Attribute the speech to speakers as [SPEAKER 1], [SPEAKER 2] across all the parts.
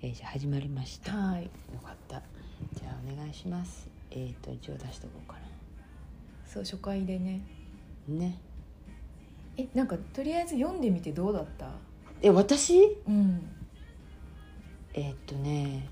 [SPEAKER 1] ページ始まりましたよ
[SPEAKER 2] はい
[SPEAKER 1] かったじゃあお願いしますえっ、と一応出しとこうか
[SPEAKER 2] そう初回でね
[SPEAKER 1] なね
[SPEAKER 2] えなんかとりあえず読んでみてどうだった
[SPEAKER 1] え私
[SPEAKER 2] うん
[SPEAKER 1] えっ、とね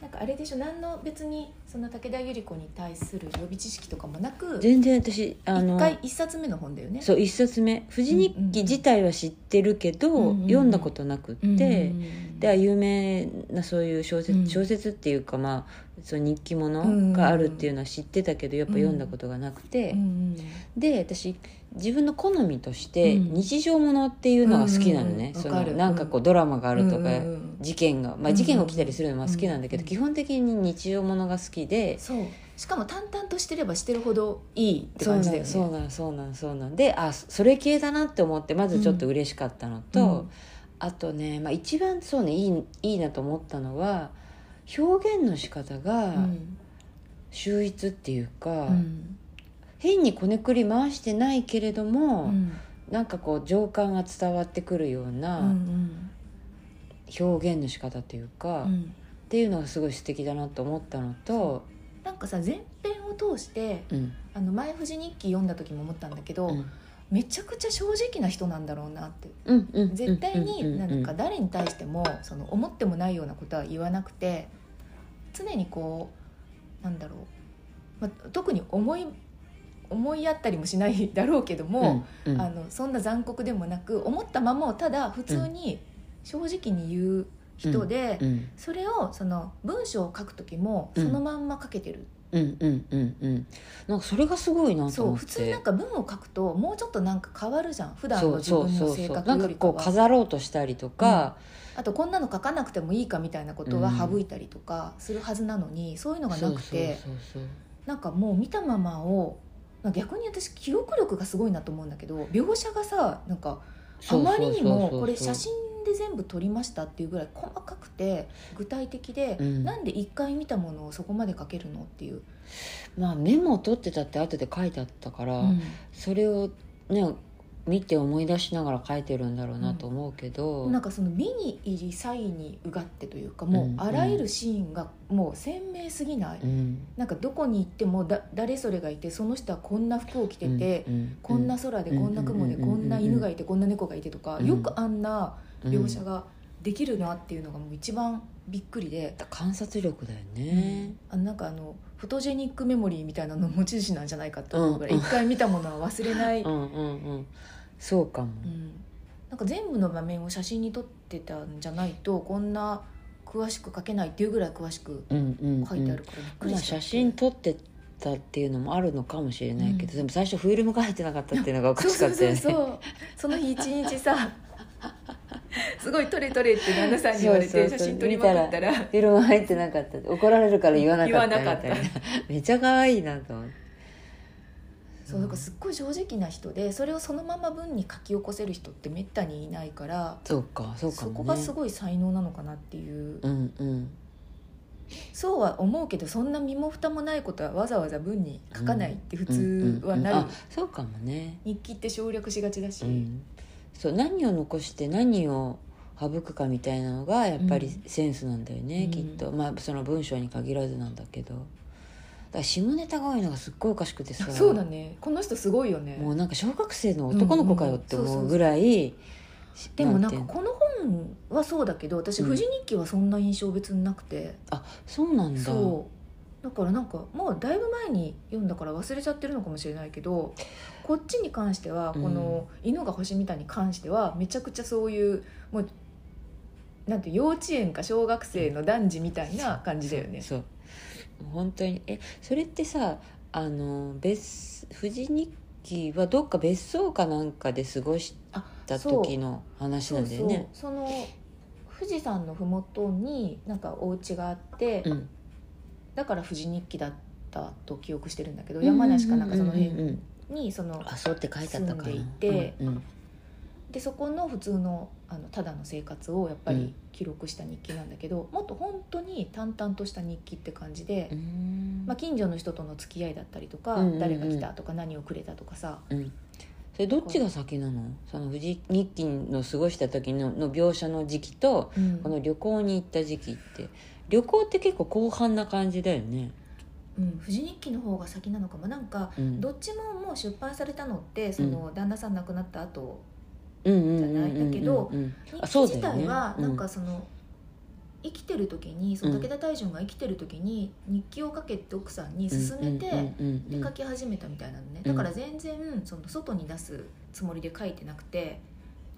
[SPEAKER 2] なんかあれでしょ何の別にその武田百合子に対する予備知識とかもなく一
[SPEAKER 1] 全然私あの
[SPEAKER 2] 回一冊目の本だよね
[SPEAKER 1] そう一冊目「富士日記」自体は知ってるけど、
[SPEAKER 2] うんうんうん
[SPEAKER 1] 読んだことなくって、
[SPEAKER 2] うんうん
[SPEAKER 1] で有名なそういう小説,、
[SPEAKER 2] うん
[SPEAKER 1] 小説っていうか、まあ、その日記ものがあるっていうのは知ってたけどやっぱ読んだことがなくて、
[SPEAKER 2] うん
[SPEAKER 1] で私自分の好みとして
[SPEAKER 2] うん
[SPEAKER 1] 日常ものっていうのが好きなのね、
[SPEAKER 2] うんうん
[SPEAKER 1] そ
[SPEAKER 2] わ
[SPEAKER 1] の
[SPEAKER 2] かる
[SPEAKER 1] なんかこうドラマがあ
[SPEAKER 2] あ
[SPEAKER 1] るとか、
[SPEAKER 2] うんうん
[SPEAKER 1] 事件が、まあ、
[SPEAKER 2] うん
[SPEAKER 1] 事件が起きたりするのは好きなんだけど、
[SPEAKER 2] うん
[SPEAKER 1] 基本的に日常ものが好きで。
[SPEAKER 2] そうしかも淡々としてればしてるほどいいって
[SPEAKER 1] そうな
[SPEAKER 2] 感じ
[SPEAKER 1] ん
[SPEAKER 2] だよね
[SPEAKER 1] そうなんそうなんそうなんであそれ系だなって思ってまずちょっと嬉しかったのと、
[SPEAKER 2] うん
[SPEAKER 1] あとね、まあ、一番そうねいいいいなと思ったのは表現の仕方が
[SPEAKER 2] うん
[SPEAKER 1] 秀逸っていうか、
[SPEAKER 2] うん
[SPEAKER 1] 変にこねくり回してないけれども、
[SPEAKER 2] うん
[SPEAKER 1] なんかこう情感が伝わってくるよう
[SPEAKER 2] う
[SPEAKER 1] なん表現の仕方というか、っ
[SPEAKER 2] うん
[SPEAKER 1] ていうのがすごい素敵だなと思ったのと、
[SPEAKER 2] なんかさ前編を通して
[SPEAKER 1] うん
[SPEAKER 2] あの前「富士日記」読んだ時も思ったんだけど、
[SPEAKER 1] うん
[SPEAKER 2] めちゃくちゃ正直な人なんだろうなって
[SPEAKER 1] うんうん、
[SPEAKER 2] 絶対になんか
[SPEAKER 1] う
[SPEAKER 2] 誰に対してもその思ってもないようなことは言わなくて常にこうなんだろう、まあ、特に思い思いやったりもしないだろうけども、
[SPEAKER 1] うんうん
[SPEAKER 2] あのそんな残酷でもなく思ったままをただ普通に正直に言う人で、
[SPEAKER 1] うん
[SPEAKER 2] それをその文章を書く時もそのまんま書けてる、
[SPEAKER 1] うんうんうんうんなんかそれがすごいなと
[SPEAKER 2] そう
[SPEAKER 1] 思っ
[SPEAKER 2] 普通
[SPEAKER 1] て
[SPEAKER 2] なんか文を書くともうちょっとなんか変わるじゃん普段の
[SPEAKER 1] そう
[SPEAKER 2] 自
[SPEAKER 1] そうそ
[SPEAKER 2] 分の
[SPEAKER 1] う
[SPEAKER 2] 性
[SPEAKER 1] そう
[SPEAKER 2] 格
[SPEAKER 1] なん
[SPEAKER 2] よ
[SPEAKER 1] か
[SPEAKER 2] りか
[SPEAKER 1] こう
[SPEAKER 2] は。
[SPEAKER 1] 飾ろうとしたりとか、
[SPEAKER 2] あとこんなの書かなくてもいいかみたいなことは省いたりとかするはずなのに、そういうのが
[SPEAKER 1] そ
[SPEAKER 2] な
[SPEAKER 1] う
[SPEAKER 2] く
[SPEAKER 1] そう
[SPEAKER 2] て
[SPEAKER 1] そう
[SPEAKER 2] なんかもう見たままをなんか逆に私記憶力がすごいなと思うんだけど描写がさなんかあ
[SPEAKER 1] そう
[SPEAKER 2] まり
[SPEAKER 1] そ
[SPEAKER 2] にも
[SPEAKER 1] うそうそうそう
[SPEAKER 2] これ写真で全部撮りましたっていうぐらい細かくて具体的で、
[SPEAKER 1] うん
[SPEAKER 2] なんで一回見たものをそこまで書けるのっていう、
[SPEAKER 1] まあメモを取ってたって後で書いてあったから、
[SPEAKER 2] うん
[SPEAKER 1] それをね見て思い出しながら書いてるんだろうなと思うけど、
[SPEAKER 2] なんかその美に入り才にうがってというか
[SPEAKER 1] う
[SPEAKER 2] もうんあらゆるシーンがもう鮮明すぎない
[SPEAKER 1] うん
[SPEAKER 2] なんかどこに行ってもだ誰それがいてその人はこんな服を着てて、
[SPEAKER 1] うんうん
[SPEAKER 2] こんな空で
[SPEAKER 1] うん
[SPEAKER 2] こんな雲で
[SPEAKER 1] うん
[SPEAKER 2] こんな犬がいてこんな猫がいてとか、
[SPEAKER 1] うん
[SPEAKER 2] よくあんな
[SPEAKER 1] うん
[SPEAKER 2] 描写ができるなっていうのがもう一番びっくりで、
[SPEAKER 1] 観察力だよね、
[SPEAKER 2] あのなんかあのフォトジェニックメモリーみたいなの持ち主なんじゃないかと思うぐらい、
[SPEAKER 1] うん
[SPEAKER 2] 一回見たものは忘れない、
[SPEAKER 1] う
[SPEAKER 2] うん
[SPEAKER 1] ん、うんうんそうかも、
[SPEAKER 2] なんか全部の場面を写真に撮ってたんじゃないとこんな詳しく描けないっていうぐらい詳しく
[SPEAKER 1] うんうんうん
[SPEAKER 2] 書いてあるからびっくり
[SPEAKER 1] まあ
[SPEAKER 2] した
[SPEAKER 1] 写真撮ってたっていうのもあるのかもしれないけど、でも最初フィルムが入ってなかったっていうのがおか
[SPEAKER 2] そう
[SPEAKER 1] しか
[SPEAKER 2] そう
[SPEAKER 1] ったよ
[SPEAKER 2] そう
[SPEAKER 1] ね
[SPEAKER 2] そううその日一日さすごい「撮れ撮れ」って旦那さんに言われ
[SPEAKER 1] そうそ
[SPEAKER 2] て
[SPEAKER 1] うそう
[SPEAKER 2] 写真撮りまくったら
[SPEAKER 1] フィルム入ってなかったって怒られるから言わなかったみ
[SPEAKER 2] 言わ
[SPEAKER 1] た
[SPEAKER 2] なかった
[SPEAKER 1] いなめちゃ可愛いなと思って
[SPEAKER 2] そうなんかすっごい正直な人でそれをそのまま文に書き起こせる人ってめったにいないから
[SPEAKER 1] そうかそうかも、ね、
[SPEAKER 2] そこがすごい才能なのかなっていう
[SPEAKER 1] うんうん
[SPEAKER 2] そうは思うけどそんな身も蓋もないことはわざわざ文に書かないって普通は
[SPEAKER 1] うん
[SPEAKER 2] な
[SPEAKER 1] うんあ
[SPEAKER 2] る
[SPEAKER 1] そうかもね、
[SPEAKER 2] 日記って省略しがちだし
[SPEAKER 1] うん、そう何を残して何を省くかみたいなのがやっぱり
[SPEAKER 2] う
[SPEAKER 1] センスなんだよね、
[SPEAKER 2] うん
[SPEAKER 1] きっとまあその文章に限らずなんだけどだから下ネタが多いのがすっごいおかしくてさ
[SPEAKER 2] そうだねこの人すごいよね
[SPEAKER 1] もうなんか小学生の男の子かよって
[SPEAKER 2] うんうん
[SPEAKER 1] 思
[SPEAKER 2] そう
[SPEAKER 1] う
[SPEAKER 2] そう
[SPEAKER 1] ぐらいし
[SPEAKER 2] でもなん
[SPEAKER 1] てい
[SPEAKER 2] か
[SPEAKER 1] うの
[SPEAKER 2] この本はそうだけど私
[SPEAKER 1] うん
[SPEAKER 2] 富士日記はそんな印象別になくて、
[SPEAKER 1] あそうなんだ
[SPEAKER 2] そうだからなんかもうだいぶ前に読んだから忘れちゃってるのかもしれないけどこっちに関しては
[SPEAKER 1] うん
[SPEAKER 2] この「犬が星みたい」に関してはめちゃくちゃそういうもうなんて幼稚園か小学生の男児みたいな感じだよね。
[SPEAKER 1] そうもう本当にえそれってさあの別富士日記はどっか別荘かなんかで過ごし
[SPEAKER 2] あ
[SPEAKER 1] た
[SPEAKER 2] そう
[SPEAKER 1] 時の話
[SPEAKER 2] そ
[SPEAKER 1] な
[SPEAKER 2] うん
[SPEAKER 1] だ
[SPEAKER 2] そ
[SPEAKER 1] よ
[SPEAKER 2] う
[SPEAKER 1] ね
[SPEAKER 2] その富士山の麓になんかお家があって、
[SPEAKER 1] うん
[SPEAKER 2] だから富士日記だったと記憶してるんだけど山梨かなんかその辺
[SPEAKER 1] うんうんうん
[SPEAKER 2] にその
[SPEAKER 1] あそうって書いてあったかな
[SPEAKER 2] 住んでいて
[SPEAKER 1] うんうん
[SPEAKER 2] でそこの普通のあのただの生活をやっぱ
[SPEAKER 1] うん
[SPEAKER 2] り記録した日記なんだけど、もっと本当に淡々とした日記って感じで、
[SPEAKER 1] うん
[SPEAKER 2] まあ、近所の人との付き合いだったりとか、
[SPEAKER 1] うんうんうん
[SPEAKER 2] 誰が来たとか何をくれたとかさ
[SPEAKER 1] うんそれどっちが先なのその富士日記の過ごした時のの描写の時期と
[SPEAKER 2] うん
[SPEAKER 1] この旅行に行った時期って旅行って結構後半な感じだよね、
[SPEAKER 2] うん、富士日記の方が先なのかもなんか
[SPEAKER 1] うん、
[SPEAKER 2] どっちももう出版されたのってその旦那さん亡くなった後
[SPEAKER 1] じゃな
[SPEAKER 2] じゃないんだけど
[SPEAKER 1] うんうんうん
[SPEAKER 2] 日
[SPEAKER 1] あ
[SPEAKER 2] 記
[SPEAKER 1] そうだ
[SPEAKER 2] 自
[SPEAKER 1] よね
[SPEAKER 2] 体は
[SPEAKER 1] うん
[SPEAKER 2] なんかその、生きてる時にその武田大順が生きてる時に日記をかけて奥さんに勧めて、
[SPEAKER 1] うんうんうんう
[SPEAKER 2] で
[SPEAKER 1] ん
[SPEAKER 2] 書き始めたみたいなのね
[SPEAKER 1] うん
[SPEAKER 2] だから全然その外に出すつもりで書いてなくて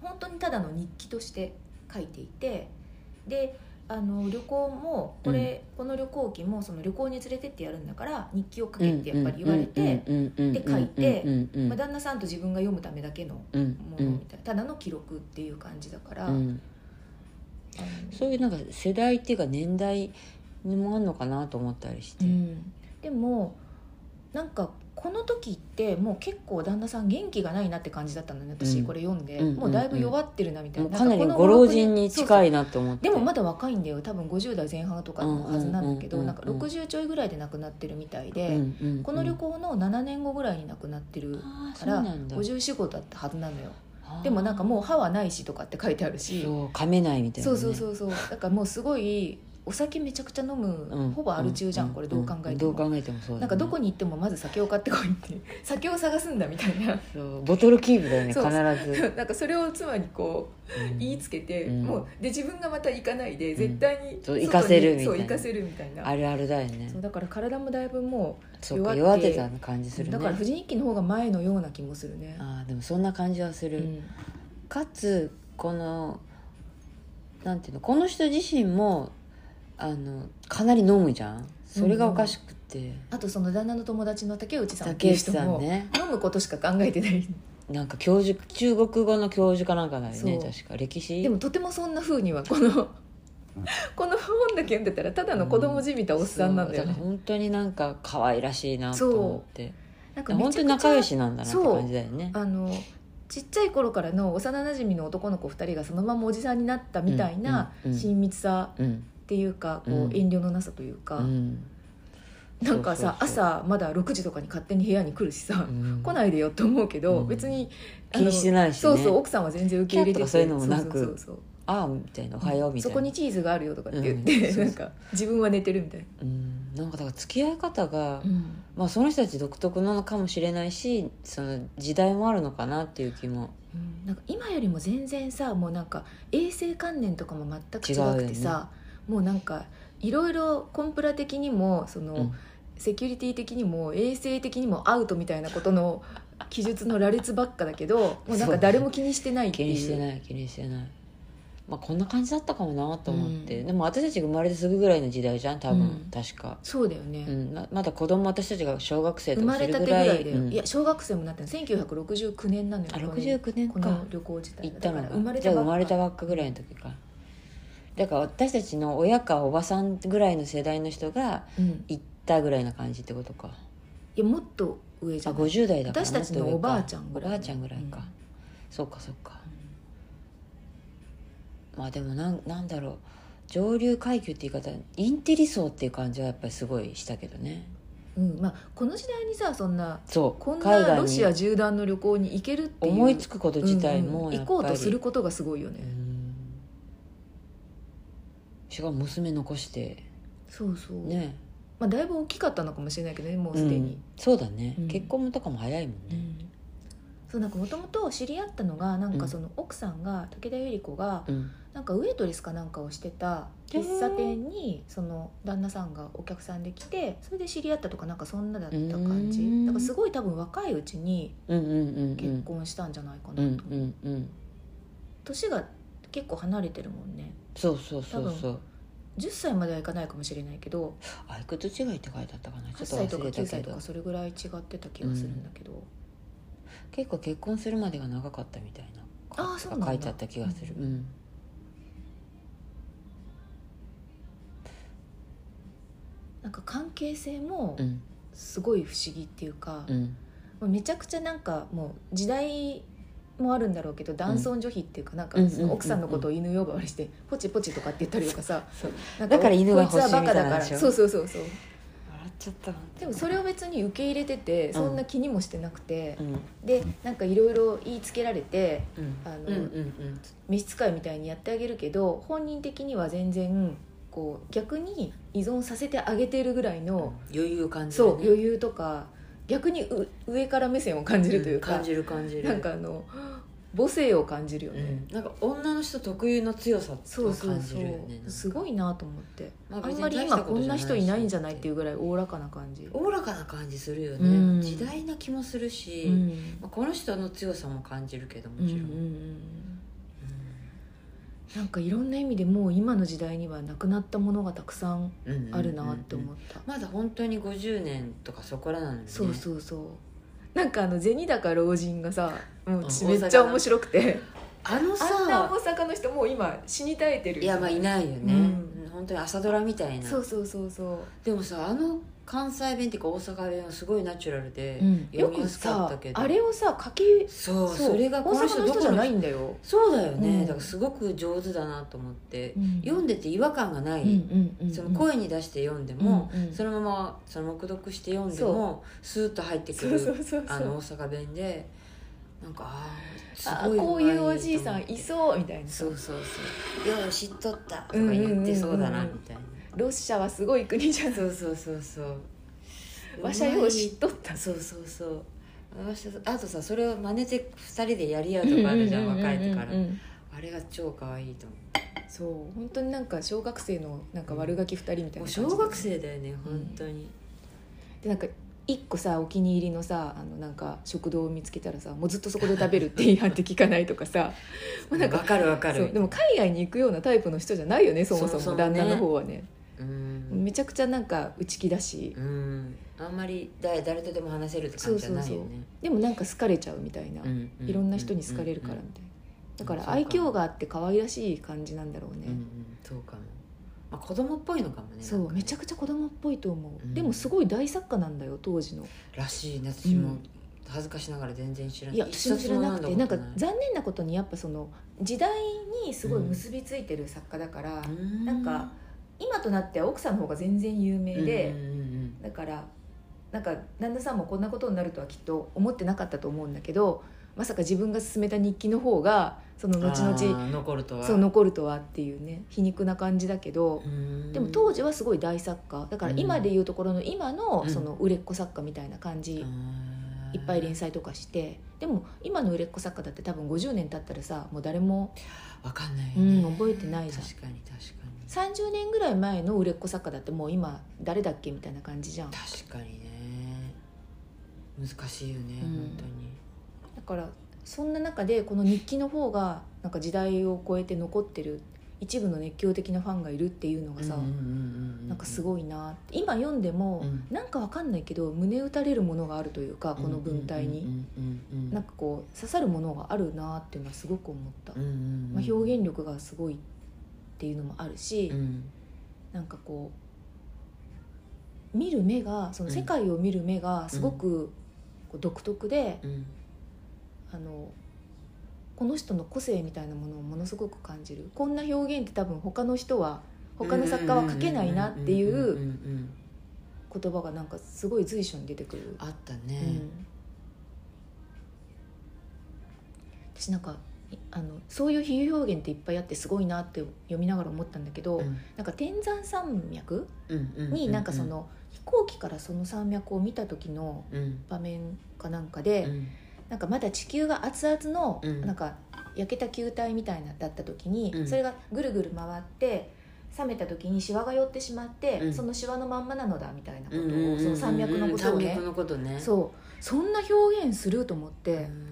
[SPEAKER 2] 本当にただの日記として書いていてであの旅行もこれ、この旅行記もその旅行に連れてってやるんだから日記を書けってやっぱり言われて、
[SPEAKER 1] うんうんうん
[SPEAKER 2] で書いて
[SPEAKER 1] うんうんうん
[SPEAKER 2] まあ、旦那さんと自分が読むためだけのも
[SPEAKER 1] うんう
[SPEAKER 2] のみ
[SPEAKER 1] ん
[SPEAKER 2] たいなただの記録っていう感じだから、
[SPEAKER 1] うん
[SPEAKER 2] あの
[SPEAKER 1] そういうなんか世代っていうか年代もあんのかなと思ったりして、
[SPEAKER 2] うんでもなんかこの時ってもう結構旦那さん元気がないなって感じだったのね私
[SPEAKER 1] うん
[SPEAKER 2] これ読んで、
[SPEAKER 1] うん
[SPEAKER 2] もうだいぶ弱ってるなみたい
[SPEAKER 1] も
[SPEAKER 2] な,、
[SPEAKER 1] うかなり
[SPEAKER 2] んこ
[SPEAKER 1] ご
[SPEAKER 2] の
[SPEAKER 1] 老人に
[SPEAKER 2] そうそう
[SPEAKER 1] 近いなと思って
[SPEAKER 2] でもまだ若いんだよ多分50代前半とかのはずなんだけど、
[SPEAKER 1] うんうんうん
[SPEAKER 2] なん
[SPEAKER 1] うん
[SPEAKER 2] か60ちょいぐらいで亡くなってるみたいで、
[SPEAKER 1] うんうんうん
[SPEAKER 2] この旅行の7年後ぐらいに亡くなってる
[SPEAKER 1] あー
[SPEAKER 2] か
[SPEAKER 1] そう
[SPEAKER 2] ら
[SPEAKER 1] なんだ
[SPEAKER 2] 54だったはずなのよでもなんかもう歯はないしとかって書いてあるし
[SPEAKER 1] そう噛めないみたいな
[SPEAKER 2] そ
[SPEAKER 1] ね、
[SPEAKER 2] うそうそうそうだからもうすごいお酒めちゃくちゃ飲む、
[SPEAKER 1] うん
[SPEAKER 2] ほぼアル中じゃん、
[SPEAKER 1] う
[SPEAKER 2] これどう考えて
[SPEAKER 1] ど
[SPEAKER 2] も、
[SPEAKER 1] う考えてもそうだ、ね、
[SPEAKER 2] なんかどこに行ってもまず酒を買ってこいって酒を探すんだみたいな
[SPEAKER 1] そうボトルキープだよね
[SPEAKER 2] そう
[SPEAKER 1] 必 ず、
[SPEAKER 2] なんかそれを妻にこ
[SPEAKER 1] う
[SPEAKER 2] うん言いつけて、
[SPEAKER 1] うん
[SPEAKER 2] もうで自分がまた行かないで
[SPEAKER 1] ん
[SPEAKER 2] 絶対に
[SPEAKER 1] そう
[SPEAKER 2] 外に
[SPEAKER 1] 行かせるみたいな
[SPEAKER 2] そう行かせるみたいな
[SPEAKER 1] あるあるだよね
[SPEAKER 2] そうだから体もだいぶも
[SPEAKER 1] そうか弱っ
[SPEAKER 2] 弱ってて
[SPEAKER 1] た感じす
[SPEAKER 2] う、
[SPEAKER 1] るね
[SPEAKER 2] だから富士日記の方が前のような気もするね、
[SPEAKER 1] あーでもそんな感じはす
[SPEAKER 2] う
[SPEAKER 1] る、
[SPEAKER 2] ん
[SPEAKER 1] かつこのなんていうのこの人自身もあのかなり飲むじゃんそれがおかしくて、
[SPEAKER 2] あとその旦那の友達の竹内さんって
[SPEAKER 1] 竹
[SPEAKER 2] いう
[SPEAKER 1] 内
[SPEAKER 2] 人
[SPEAKER 1] さん
[SPEAKER 2] も、
[SPEAKER 1] ね
[SPEAKER 2] 飲むことしか考えてない
[SPEAKER 1] なんか教授中国語の教授かなんかだよね
[SPEAKER 2] そう
[SPEAKER 1] 確か歴史
[SPEAKER 2] でもとてもそんなふうにはこのこの本だけ読んでたらただの子供じみたおっさんなんだよ
[SPEAKER 1] そう
[SPEAKER 2] ね、
[SPEAKER 1] から本当になんか可愛らしいなと思って
[SPEAKER 2] なんかめちゃ
[SPEAKER 1] 本
[SPEAKER 2] くち
[SPEAKER 1] 当
[SPEAKER 2] ゃ
[SPEAKER 1] に仲良しなんだなって
[SPEAKER 2] そう
[SPEAKER 1] 感じだよね
[SPEAKER 2] あのちっちゃい頃からの幼なじみの男の子2人がそのままおじさんになったみたいな
[SPEAKER 1] うんうんうん
[SPEAKER 2] 親密さ
[SPEAKER 1] うん
[SPEAKER 2] っていうか、
[SPEAKER 1] うん
[SPEAKER 2] こう遠慮のなさというか、
[SPEAKER 1] うん
[SPEAKER 2] なんかさ
[SPEAKER 1] そうそうそう
[SPEAKER 2] 朝まだ6時とかに勝手に部屋に来るしさ、
[SPEAKER 1] うん
[SPEAKER 2] 来ないでよって思うけど、
[SPEAKER 1] うん
[SPEAKER 2] 別に
[SPEAKER 1] 気にして
[SPEAKER 2] い
[SPEAKER 1] ないし、ね、
[SPEAKER 2] そうそう奥さんは全然受け入れて
[SPEAKER 1] キャッとかそういうのもなく
[SPEAKER 2] そうそうそう
[SPEAKER 1] ああみたいなおはようみたい
[SPEAKER 2] そ
[SPEAKER 1] な
[SPEAKER 2] こにチーズがあるよとかって言って、
[SPEAKER 1] うんそうそう
[SPEAKER 2] なんか自分は寝てるみたいな、
[SPEAKER 1] うんなんかだから付き合い方が、まあ、その人たち独特なのかもしれないしその時代もあるのかなっていう気も
[SPEAKER 2] うんなんか今よりも全然さもうなんか衛生観念とかも全く違くてさもうなんかいろいろコンプラ的にもその、
[SPEAKER 1] うん
[SPEAKER 2] セキュリティ的にも衛生的にもアウトみたいなことの記述の羅列ばっかだけ どもうなんか誰も気にしてないって
[SPEAKER 1] 気
[SPEAKER 2] いう
[SPEAKER 1] にしてない気にしてない、まあ、こんな感じだったかもなと思って、
[SPEAKER 2] うん
[SPEAKER 1] でも私たちが生まれてすぐぐらいの時代じゃん多分、
[SPEAKER 2] うん
[SPEAKER 1] 確か、
[SPEAKER 2] そうだよ
[SPEAKER 1] う
[SPEAKER 2] ね、
[SPEAKER 1] ん、ままだ子供私たちが小学生と
[SPEAKER 2] 生
[SPEAKER 1] か
[SPEAKER 2] ますれ
[SPEAKER 1] る
[SPEAKER 2] たて
[SPEAKER 1] ぐ
[SPEAKER 2] ぐら
[SPEAKER 1] らい
[SPEAKER 2] いだよ、
[SPEAKER 1] うん
[SPEAKER 2] いや小学生もなってんの1969年なのよ
[SPEAKER 1] あ69年
[SPEAKER 2] このこ
[SPEAKER 1] か
[SPEAKER 2] の旅行自体
[SPEAKER 1] 行ったの
[SPEAKER 2] だ
[SPEAKER 1] が
[SPEAKER 2] から生まれ
[SPEAKER 1] じゃ
[SPEAKER 2] た
[SPEAKER 1] あ生
[SPEAKER 2] ばっか
[SPEAKER 1] まれたばっかぐらいの時かだから私たちの親かおばさんぐらいの世代の人が
[SPEAKER 2] うん
[SPEAKER 1] 行ったぐらいな感じってことか
[SPEAKER 2] いやもっと上じ
[SPEAKER 1] あ
[SPEAKER 2] ゃない
[SPEAKER 1] 50代だから
[SPEAKER 2] 私たち
[SPEAKER 1] も
[SPEAKER 2] の
[SPEAKER 1] っと上か
[SPEAKER 2] おばあちゃんぐらい
[SPEAKER 1] おばあちゃんぐらいか、
[SPEAKER 2] うん
[SPEAKER 1] そうかそうかまあでもなんなんだろう上流階級って言い方インテリ層っていう感じはやっぱりすごいしたけどね
[SPEAKER 2] うんまあ、この時代にさそんな
[SPEAKER 1] そう
[SPEAKER 2] こん
[SPEAKER 1] 海
[SPEAKER 2] な
[SPEAKER 1] 外
[SPEAKER 2] ロ
[SPEAKER 1] に
[SPEAKER 2] シア縦断の旅行に行けるっていう
[SPEAKER 1] 思いつくこと自体も
[SPEAKER 2] うんうん
[SPEAKER 1] やっぱり、
[SPEAKER 2] 行こうとすることがすごいよね、
[SPEAKER 1] うんしかも娘残して
[SPEAKER 2] そうそう、
[SPEAKER 1] ね
[SPEAKER 2] まあ、だいぶ大きかったのかもしれないけどねもうすで
[SPEAKER 1] う
[SPEAKER 2] に
[SPEAKER 1] ん、そうだね、
[SPEAKER 2] うん
[SPEAKER 1] 結婚とかも早いもん
[SPEAKER 2] う
[SPEAKER 1] ね
[SPEAKER 2] んそうなんかもともと知り合ったのがなん
[SPEAKER 1] う
[SPEAKER 2] か
[SPEAKER 1] ん
[SPEAKER 2] その奥さんが武田百合子が
[SPEAKER 1] うん
[SPEAKER 2] なんかウエイトレスかなんかをしてた喫茶店にその旦那さんがお客さんで来てそれで知り合ったとかなんかそんなだった感
[SPEAKER 1] う
[SPEAKER 2] じ
[SPEAKER 1] ん
[SPEAKER 2] だからすごい多分若いうちに
[SPEAKER 1] うんうんうんう
[SPEAKER 2] 結
[SPEAKER 1] ん
[SPEAKER 2] 婚したんじゃないかな
[SPEAKER 1] う
[SPEAKER 2] と、
[SPEAKER 1] んうんうん
[SPEAKER 2] 年が結構離れてるもんね
[SPEAKER 1] そうそうそうそう
[SPEAKER 2] 10歳まではいかないかもしれないけど
[SPEAKER 1] あいくつ違いって書いてあったかなち
[SPEAKER 2] 8
[SPEAKER 1] ょっと
[SPEAKER 2] 歳と
[SPEAKER 1] 忘
[SPEAKER 2] か
[SPEAKER 1] れ
[SPEAKER 2] 9
[SPEAKER 1] たけ
[SPEAKER 2] 歳と
[SPEAKER 1] ど
[SPEAKER 2] かそれぐらい違ってた気がするんだけど、
[SPEAKER 1] 結構結婚するまでが長かったみたいな
[SPEAKER 2] あーそうなんだ
[SPEAKER 1] 書いてあった気がするうん、
[SPEAKER 2] なんか関係性も
[SPEAKER 1] うん
[SPEAKER 2] すごい不思議っていうか
[SPEAKER 1] う、ん
[SPEAKER 2] もうめちゃくちゃなんかもう時代もあるんだろうけど男尊女卑っていうかなんか
[SPEAKER 1] うん
[SPEAKER 2] その奥さんのことを犬呼ばわりしてポチポチとかって言ったりとかさ
[SPEAKER 1] そう
[SPEAKER 2] なん
[SPEAKER 1] だから犬が欲しい
[SPEAKER 2] こいつはバカだ
[SPEAKER 1] みたいな
[SPEAKER 2] か
[SPEAKER 1] んで
[SPEAKER 2] ら
[SPEAKER 1] しょ
[SPEAKER 2] そうそうそうそう
[SPEAKER 1] 笑っちょっと待って
[SPEAKER 2] でもそれを別に受け入れててそんな気にもしてなくて
[SPEAKER 1] う、ん
[SPEAKER 2] でなんかいろいろ言いつけられて
[SPEAKER 1] うん
[SPEAKER 2] あの、
[SPEAKER 1] うんうん
[SPEAKER 2] 召使いみたいにやってあげるけど本人的には全然こう逆に依存させてあげてるぐらい
[SPEAKER 1] うん
[SPEAKER 2] の、
[SPEAKER 1] 余裕を感じる、ね、
[SPEAKER 2] そう余裕とか逆にう上から目線を感じるというか、
[SPEAKER 1] 感じる感じる
[SPEAKER 2] なんかあの母性を感じるよ
[SPEAKER 1] う
[SPEAKER 2] ね、
[SPEAKER 1] ん、なんか女の人特有の強さを
[SPEAKER 2] そうそう
[SPEAKER 1] 感
[SPEAKER 2] そ
[SPEAKER 1] じ
[SPEAKER 2] う、
[SPEAKER 1] るよね
[SPEAKER 2] すごいなと思って、
[SPEAKER 1] まあ
[SPEAKER 2] あ、
[SPEAKER 1] 別
[SPEAKER 2] ん
[SPEAKER 1] に
[SPEAKER 2] まり今こんな
[SPEAKER 1] 大したこと
[SPEAKER 2] 人
[SPEAKER 1] じゃないし
[SPEAKER 2] いないんじゃないっていうぐらいおおらかな感じ、
[SPEAKER 1] おおらかな感じするよね、
[SPEAKER 2] うん
[SPEAKER 1] 時代な気もするし、
[SPEAKER 2] うん
[SPEAKER 1] まあこの人の強さも感じるけど
[SPEAKER 2] うんう
[SPEAKER 1] も
[SPEAKER 2] んう
[SPEAKER 1] ちろん、うん
[SPEAKER 2] んなんかいろんな意味でもう今の時代にはなくなったものがたくさん
[SPEAKER 1] うんうんうん
[SPEAKER 2] あるなって思った、
[SPEAKER 1] まだ本当に50年とかそこらなのに、ね、
[SPEAKER 2] そうそうそうなんかあの銭高老人がさもう
[SPEAKER 1] うん
[SPEAKER 2] めっち
[SPEAKER 1] 大阪
[SPEAKER 2] ゃ
[SPEAKER 1] の
[SPEAKER 2] 面白くて
[SPEAKER 1] あの
[SPEAKER 2] あんな
[SPEAKER 1] さ
[SPEAKER 2] 大阪の人もう今死に絶えてる
[SPEAKER 1] いやまあいないよね、
[SPEAKER 2] う
[SPEAKER 1] うんん、本当に朝ドラみたいな
[SPEAKER 2] そうそうそうそ
[SPEAKER 1] でもさあの関西弁っていうか大阪弁はすごいナチュラルで
[SPEAKER 2] う、、うん、よ
[SPEAKER 1] 読み
[SPEAKER 2] く
[SPEAKER 1] やすかった
[SPEAKER 2] さ
[SPEAKER 1] けど
[SPEAKER 2] あれをさ書き
[SPEAKER 1] そうそれが
[SPEAKER 2] 大
[SPEAKER 1] この
[SPEAKER 2] 阪
[SPEAKER 1] 人
[SPEAKER 2] の
[SPEAKER 1] ど
[SPEAKER 2] 人じ
[SPEAKER 1] こ
[SPEAKER 2] ゃな
[SPEAKER 1] の
[SPEAKER 2] いんだよ、
[SPEAKER 1] そうだよね、
[SPEAKER 2] うん
[SPEAKER 1] だからすごく上手だなと思って、
[SPEAKER 2] うん
[SPEAKER 1] 読んでて違和感がない、
[SPEAKER 2] うんうんうん、
[SPEAKER 1] その声に出して読んでも、
[SPEAKER 2] うんうん
[SPEAKER 1] そのままその黙読して読んでもスーッと入ってく
[SPEAKER 2] そう
[SPEAKER 1] る
[SPEAKER 2] そうそう
[SPEAKER 1] あ
[SPEAKER 2] そ
[SPEAKER 1] の
[SPEAKER 2] う
[SPEAKER 1] 大阪弁でなんかあーす
[SPEAKER 2] あ
[SPEAKER 1] ごい
[SPEAKER 2] こういうおじいさん
[SPEAKER 1] うま
[SPEAKER 2] い
[SPEAKER 1] と思って
[SPEAKER 2] そうみたいな
[SPEAKER 1] そうそうそう「よう知っとった」とか
[SPEAKER 2] うんうんうん
[SPEAKER 1] 言
[SPEAKER 2] う
[SPEAKER 1] っ
[SPEAKER 2] ん
[SPEAKER 1] てそうだなみたいな、
[SPEAKER 2] ロシアはすごい国じゃん
[SPEAKER 1] そうそうそうそう
[SPEAKER 2] わしゃよう知っとった
[SPEAKER 1] そうそうそうわしゃあとさそれを真似て2人でやり合うとかあるじゃん若い時から
[SPEAKER 2] うんうんうんうん
[SPEAKER 1] あれが超可愛いと思う
[SPEAKER 2] そう本当になんか小学生のなんか悪ガキ2人みたいな
[SPEAKER 1] も
[SPEAKER 2] 感
[SPEAKER 1] う
[SPEAKER 2] じで
[SPEAKER 1] 小学生だよね本当に、
[SPEAKER 2] でなんか一個さお気に入りのさあのなんか食堂を見つけたらさもうずっとそこで食べるって言い張って聞かないと かさもうなんか
[SPEAKER 1] わかるわか
[SPEAKER 2] そう
[SPEAKER 1] る
[SPEAKER 2] でも海外に行くようなタイプの人じゃないよねそもそも
[SPEAKER 1] そもそもね
[SPEAKER 2] 旦那の方はね
[SPEAKER 1] うん
[SPEAKER 2] めちゃくちゃなんか内気だし、
[SPEAKER 1] うんあんまり誰誰とでも話せるって感じじゃないよね
[SPEAKER 2] でもなんか好かれちゃうみたいな、
[SPEAKER 1] うんうん
[SPEAKER 2] いろんな人に好かれるからみたいな、だから愛嬌があって可愛らしい感じなんだろうね、
[SPEAKER 1] うんうんそうかも、まあ、子供っぽいのかもね
[SPEAKER 2] そうめちゃ
[SPEAKER 1] く
[SPEAKER 2] くちゃ子供っぽいと思う、
[SPEAKER 1] うん
[SPEAKER 2] でもすごい大作家なんだよ当時の
[SPEAKER 1] らしいね私も、
[SPEAKER 2] うん
[SPEAKER 1] 恥ずかしながら全然知らない
[SPEAKER 2] いや私も知らなくてなんか
[SPEAKER 1] ざ
[SPEAKER 2] 残念なことにやっぱその時代にすごい結びついてる作家だから、なんか今となっては奥さんの方が全然有名で、だからなんか旦那さんもこんなことになるとはきっと思ってなかったと思うんだけどまさか自分が進めた日記の方がその後々
[SPEAKER 1] 残るとは
[SPEAKER 2] そう残るとはっていうね皮肉な感じだけど、
[SPEAKER 1] うん
[SPEAKER 2] でも当時はすごい大作家だから今でいうところの今の
[SPEAKER 1] うん
[SPEAKER 2] その売れっ子作家みたいな感じ、
[SPEAKER 1] うん
[SPEAKER 2] いっぱい連載とかしてでも今の売れっ子作家だって多分50年経ったらさもう誰も
[SPEAKER 1] わかんないよ
[SPEAKER 2] うん
[SPEAKER 1] ね、
[SPEAKER 2] 覚えてないじゃん
[SPEAKER 1] 確かに確かに
[SPEAKER 2] 30年ぐらい前の売れっ子作家だってもう今誰だっけみたいな感じじゃんだ
[SPEAKER 1] 確かにね難しいよね、
[SPEAKER 2] うん
[SPEAKER 1] 本当に
[SPEAKER 2] からそんな中でこの日記の方がなんか時代を超えて残ってる一部の熱狂的なファンがいるっていうのがさ、なんかす
[SPEAKER 1] い
[SPEAKER 2] ごいなって今読んでも、
[SPEAKER 1] うん
[SPEAKER 2] なんかわかんないけど胸打たれるものがあるというかこの文体に、なんかこう刺さるものがあるなっていうのはすごく思った、まあ、表現力がすごいっていうのもあるし、なんかこう見る目がその
[SPEAKER 1] うん
[SPEAKER 2] 世界を見る目がすごくこう独特で、あのこの人の個性みたいなものをものすごく感じるこんな表現って多分他の人は他の作家は書けないなってい
[SPEAKER 1] うんうんうん
[SPEAKER 2] う
[SPEAKER 1] うんうん
[SPEAKER 2] 言葉がなんかすごい随所に出てくる、
[SPEAKER 1] あった
[SPEAKER 2] う
[SPEAKER 1] ね、
[SPEAKER 2] ん、私なんかいあのそういう比喩表現っていっぱいあってすごいなって読みながら思ったんだけど、なんか天山山脈になんかその飛行機からその山脈を見た時の
[SPEAKER 1] うん
[SPEAKER 2] 場面かなんか
[SPEAKER 1] う
[SPEAKER 2] で
[SPEAKER 1] ん
[SPEAKER 2] なんかまだ地球が熱々の
[SPEAKER 1] うん
[SPEAKER 2] なんか焼けた球体みたいなだった時に
[SPEAKER 1] うん
[SPEAKER 2] それがぐるぐる回って冷めた時にシワが寄ってしまっ
[SPEAKER 1] う
[SPEAKER 2] て
[SPEAKER 1] ん
[SPEAKER 2] そのシワのまんまなのだみたいなこ
[SPEAKER 1] う
[SPEAKER 2] と
[SPEAKER 1] んうんうんう
[SPEAKER 2] を
[SPEAKER 1] ん
[SPEAKER 2] その山脈のことを
[SPEAKER 1] 山
[SPEAKER 2] ね
[SPEAKER 1] 脈のことね
[SPEAKER 2] そうそんな表現すると思って
[SPEAKER 1] うん